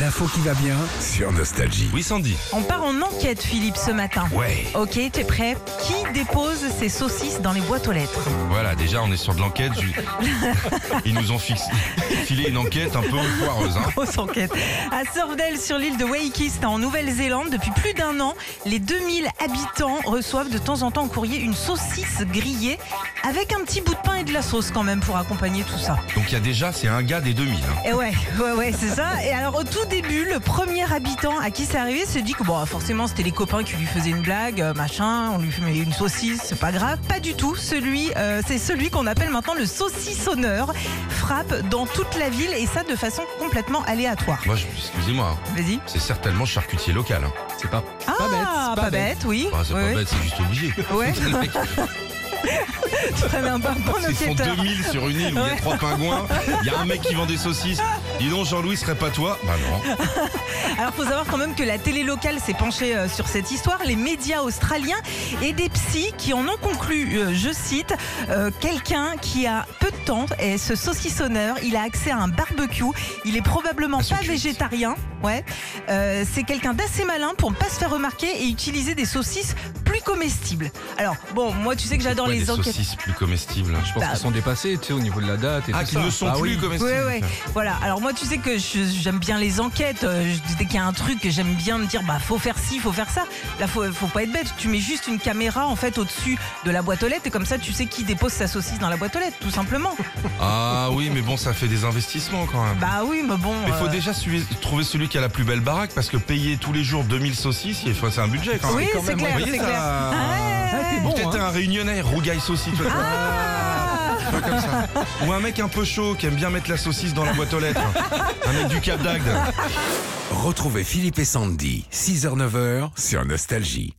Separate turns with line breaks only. L'info qui va bien.
Sur Nostalgie.
Oui, Sandy.
On part en enquête, Philippe, ce matin.
Ouais.
Ok, tu es prêt Qui dépose ses saucisses dans les boîtes aux lettres
Voilà, déjà, on est sur de l'enquête. Je- Ils nous ont fix- filé une enquête un peu foireuse. hein.
Grosse enquête. À Sorvdale, sur l'île de Waikista, en Nouvelle-Zélande, depuis plus d'un an, les 2000 habitants reçoivent de temps en temps en courrier une saucisse grillée avec un petit bout de pain et de la sauce quand même pour accompagner tout ça.
Donc, il y a déjà, c'est un gars des 2000. hein.
Et Eh ouais, ouais, ouais, c'est ça. Et alors, au tout début, le premier habitant à qui c'est arrivé se dit que bon, forcément, c'était les copains qui lui faisaient une blague, euh, machin, on lui met une saucisse, c'est pas grave. Pas du tout. Celui, euh, c'est celui qu'on appelle maintenant le saucissonneur. Frappe dans toute la ville et ça de façon complètement aléatoire.
Ah.
Moi, je- excusez-moi, hein,
Vas-y.
c'est certainement charcutier local. hein.
C'est pas.
Ah,
Pas bête,
pas,
pas
bête, oui.
Bah, c'est
oui,
pas
oui.
bête, c'est juste obligé.
Ouais.
Les mecs,
Tu prenais un bon
Ils sont
enquêteur.
2000 sur une île où il y a trois pingouins. Il y a un mec qui vend des saucisses. Dis donc, Jean-Louis, ce serait pas toi Bah non.
Alors, faut savoir quand même que la télé locale s'est penchée euh, sur cette histoire, les médias australiens et des psys qui en ont conclu, euh, je cite, euh, quelqu'un qui a peu de temps et ce saucissonneur, il a accès à un barbecue, il est probablement
Passion
pas
cuite.
végétarien, ouais. Euh, c'est quelqu'un d'assez malin pour ne pas se faire remarquer et utiliser des saucisses plus comestibles. Alors, bon, moi, tu sais que j'adore
Ouais,
les
des
enquêtes.
saucisses plus comestibles. hein?
Je pense
Bah,
qu'ils sont dépassés, tu sais, au niveau de la date et
Ah,
tout
qui
ça.
ne sont
Ah
plus
oui.
comestibles.
Oui, oui. Voilà. Alors moi, tu sais que je- j'aime bien les enquêtes. Euh, je- Dès qu'il y a un truc, j'aime bien me dire, bah faut faire ci, faut faire ça. Là, faut, faut pas être bête. Tu mets juste une caméra en fait au-dessus de la boîte aux lettres et comme ça, tu sais qui dépose sa saucisse dans la boîte aux lettres, tout simplement.
Ah oui, mais bon, ça fait des investissements quand même.
Bah oui, mais bon.
Mais faut
euh,
déjà su- trouver celui qui a la plus belle baraque parce que payer tous les jours 2000 saucisses, il faut- c'est un budget quand même.
Oui,
quand
c'est
même,
clair,
Vous voyez
c'est
ça
clair.
Ah, t'es bon,
Peut-être
hein.
un réunionnais, rougaille saucisse. toi.
Ah
Pas comme ça. Ou un mec un peu chaud qui aime bien mettre la saucisse dans la boîte aux lettres. Un mec du Cap d'Agde.
Retrouvez Philippe et Sandy, 6h-9h,
Sur Nostalgie.